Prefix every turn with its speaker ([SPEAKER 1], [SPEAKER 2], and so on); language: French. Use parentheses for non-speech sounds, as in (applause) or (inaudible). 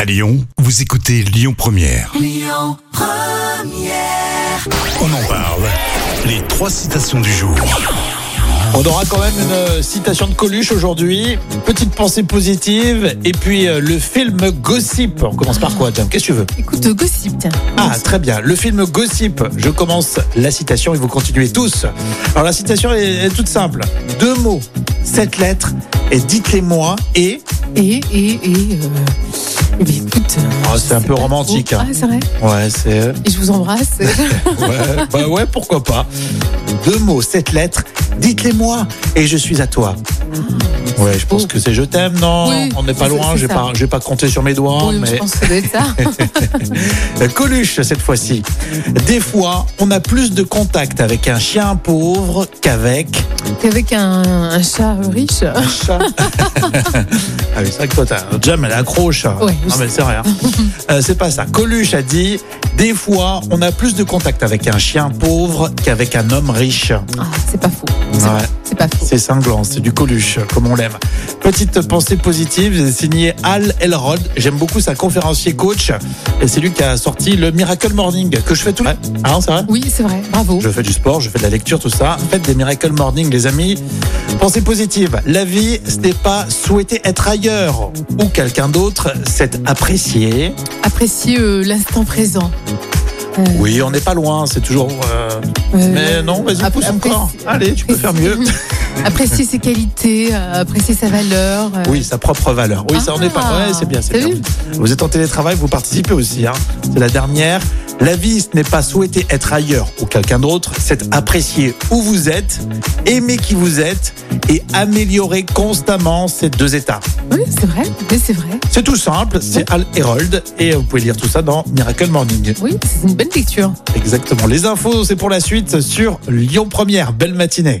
[SPEAKER 1] À Lyon, vous écoutez Lyon Première. On en parle. Les trois citations du jour.
[SPEAKER 2] On aura quand même une euh, citation de Coluche aujourd'hui. Petite pensée positive. Et puis euh, le film Gossip. On commence par quoi, Tom Qu'est-ce que tu veux
[SPEAKER 3] Écoute, euh, gossip, tiens.
[SPEAKER 2] Ah, très bien. Le film Gossip. Je commence la citation et vous continuez tous. Alors la citation est, est toute simple. Deux mots, sept lettres. Et dites-les-moi. Et
[SPEAKER 3] Et, et, et. Euh... eh bien, écoute. euh,
[SPEAKER 2] Ah, c'est un peu
[SPEAKER 3] pas
[SPEAKER 2] romantique,
[SPEAKER 3] trop.
[SPEAKER 2] hein.
[SPEAKER 3] Ah, c'est vrai.
[SPEAKER 2] ouais, c'est euh,
[SPEAKER 3] Et je vous
[SPEAKER 2] (laughs)
[SPEAKER 3] embrasse.
[SPEAKER 2] ouais, bah ouais, pourquoi pas. Deux mots, sept lettres. Dites-les-moi et je suis à toi. Ouais, je pense
[SPEAKER 3] beau.
[SPEAKER 2] que c'est je t'aime, non
[SPEAKER 3] Oui,
[SPEAKER 2] On n'est pas
[SPEAKER 3] c'est-
[SPEAKER 2] loin.
[SPEAKER 3] c'est
[SPEAKER 2] J'ai
[SPEAKER 3] ça.
[SPEAKER 2] pas, j'ai pas compté sur mes doigts,
[SPEAKER 3] Oui, (laughs) Je
[SPEAKER 2] mais
[SPEAKER 3] pense que ça doit être
[SPEAKER 2] (laughs)
[SPEAKER 3] ça.
[SPEAKER 2] Euh, Coluche cette fois-ci. Des fois, on a plus de contact avec un chien pauvre qu'avec
[SPEAKER 3] Avec un, un chat riche.
[SPEAKER 2] un (laughs) chat. ah oui, c'est vrai que toi, t'as- Jam, elle accroche. hein.
[SPEAKER 3] Ouais, je
[SPEAKER 2] non, mais c'est rien. Euh, c'est pas ça. Coluche a dit Des fois, on a plus de contact avec un chien pauvre qu'avec un homme riche.
[SPEAKER 3] Ah, c'est pas faux. C'est
[SPEAKER 2] Ouais.
[SPEAKER 3] c'est pas faux.
[SPEAKER 2] C'est cinglant, c'est du Coluche, comme on l'aime. Petite pensée positive, signé Al Elrod. J'aime beaucoup sa conférencier coach. Et c'est lui qui a sorti le Miracle Morning, que je fais tout. Ah, non, c'est vrai
[SPEAKER 3] Oui, c'est vrai. Bravo.
[SPEAKER 2] Je fais du sport, je fais de la lecture, tout ça. Faites des Miracle Morning, les amis. Pensée positive. La vie, ce n'est pas souhaiter être ailleurs ou quelqu'un d'autre, c'est apprécier.
[SPEAKER 3] Appréciez euh, l'instant présent. Euh,
[SPEAKER 2] Oui, on n'est pas loin, c'est toujours. euh,
[SPEAKER 3] euh,
[SPEAKER 2] Mais non, vas-y,
[SPEAKER 3] appré-
[SPEAKER 2] pousse encore.
[SPEAKER 3] appréciez-
[SPEAKER 2] Allez, tu peux faire mieux.
[SPEAKER 3] (laughs) Appréciez ses qualités, euh, appréciez sa valeur. euh,
[SPEAKER 2] Oui, sa propre valeur. Oui, ça en est pas.
[SPEAKER 3] Ah.
[SPEAKER 2] Ouais, c'est bien, c'est
[SPEAKER 3] T'as
[SPEAKER 2] bien.
[SPEAKER 3] vu
[SPEAKER 2] Vous êtes en télétravail, vous participez aussi. Hein. C'est la dernière. La vie, ce n'est pas souhaiter être ailleurs ou quelqu'un d'autre, c'est apprécier où vous êtes, aimer qui vous êtes et améliorer constamment ces deux états.
[SPEAKER 3] oui, c'est vrai. Mais c'est vrai.
[SPEAKER 2] C'est tout simple, c'est Al Herold et vous pouvez lire tout ça dans Miracle Morning.
[SPEAKER 3] Oui, c'est une bonne lecture.
[SPEAKER 2] Exactement. Les infos, c'est pour la suite sur Lyon Première. Belle matinée.